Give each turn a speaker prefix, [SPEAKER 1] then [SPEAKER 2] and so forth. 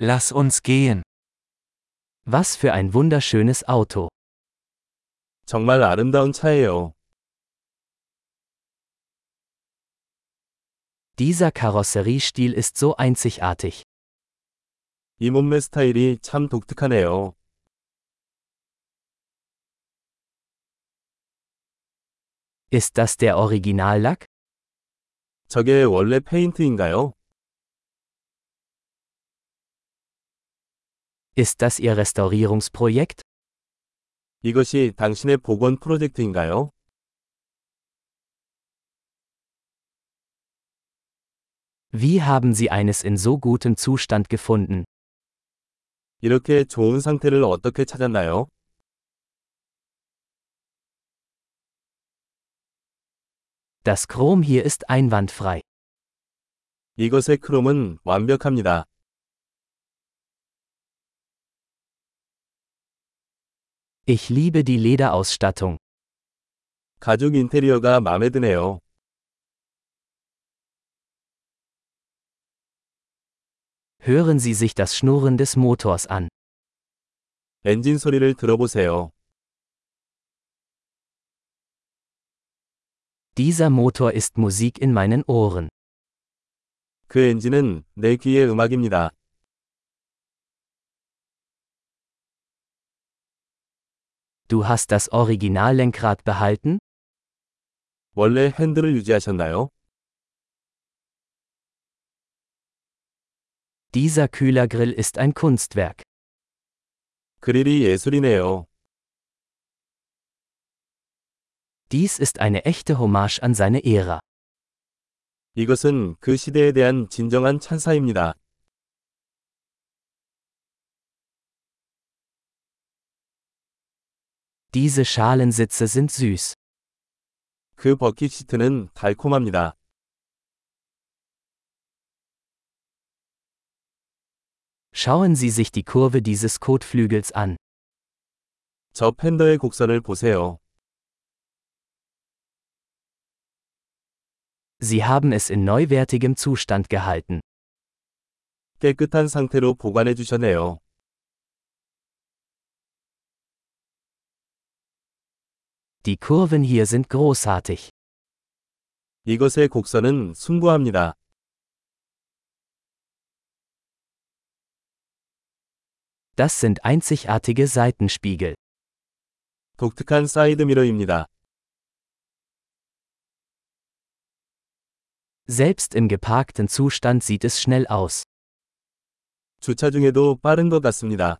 [SPEAKER 1] Lass uns gehen. Was für ein wunderschönes Auto.
[SPEAKER 2] 정말 아름다운 차예요.
[SPEAKER 1] Dieser Karosseriestil ist so einzigartig.
[SPEAKER 2] 이 몸매 스타일이 참 독특하네요.
[SPEAKER 1] Ist das der Originallack?
[SPEAKER 2] 저게 원래 페인트인가요?
[SPEAKER 1] Ist das Ihr Restaurierungsprojekt?
[SPEAKER 2] 이것이 당신의 복원 프로젝트인가요?
[SPEAKER 1] Wie haben Sie eines in so gutem Zustand gefunden?
[SPEAKER 2] 이렇게 좋은 상태를 어떻게 찾았나요?
[SPEAKER 1] Das Chrom hier ist einwandfrei.
[SPEAKER 2] 이것의 크롬은 완벽합니다.
[SPEAKER 1] Ich liebe die Lederausstattung.
[SPEAKER 2] 가죽 인테리어가 마음에 드네요.
[SPEAKER 1] Hören Sie sich das Schnurren des Motors an.
[SPEAKER 2] 엔진 소리를 들어보세요.
[SPEAKER 1] Dieser Motor ist Musik in meinen Ohren.
[SPEAKER 2] 그 엔진은 내 귀의 음악입니다.
[SPEAKER 1] Du hast das Originallenkrad behalten?
[SPEAKER 2] 원래 핸들을 유지하셨나요?
[SPEAKER 1] Dieser Kühlergrill ist ein Kunstwerk.
[SPEAKER 2] 그릴이 예술이네요.
[SPEAKER 1] Dies ist eine echte Hommage an seine Ära.
[SPEAKER 2] 이것은 그 시대에 대한 진정한 찬사입니다.
[SPEAKER 1] Diese Schalensitze sind süß.
[SPEAKER 2] 그 버킷 시트는 달콤합니다.
[SPEAKER 1] Schauen Sie sich die Kurve dieses Kotflügels an.
[SPEAKER 2] 저 팬더의 곡선을 보세요.
[SPEAKER 1] Sie haben es in neuwertigem Zustand gehalten.
[SPEAKER 2] 깨끗한 상태로 보관해 주셨네요.
[SPEAKER 1] Die Kurven hier sind großartig.
[SPEAKER 2] 이것의 곡선은 숭고합니다.
[SPEAKER 1] Das sind einzigartige Seitenspiegel.
[SPEAKER 2] 독특한 사이드미러입니다.
[SPEAKER 1] Selbst im geparkten Zustand sieht es schnell aus.
[SPEAKER 2] 주차 중에도 빠른 것 같습니다.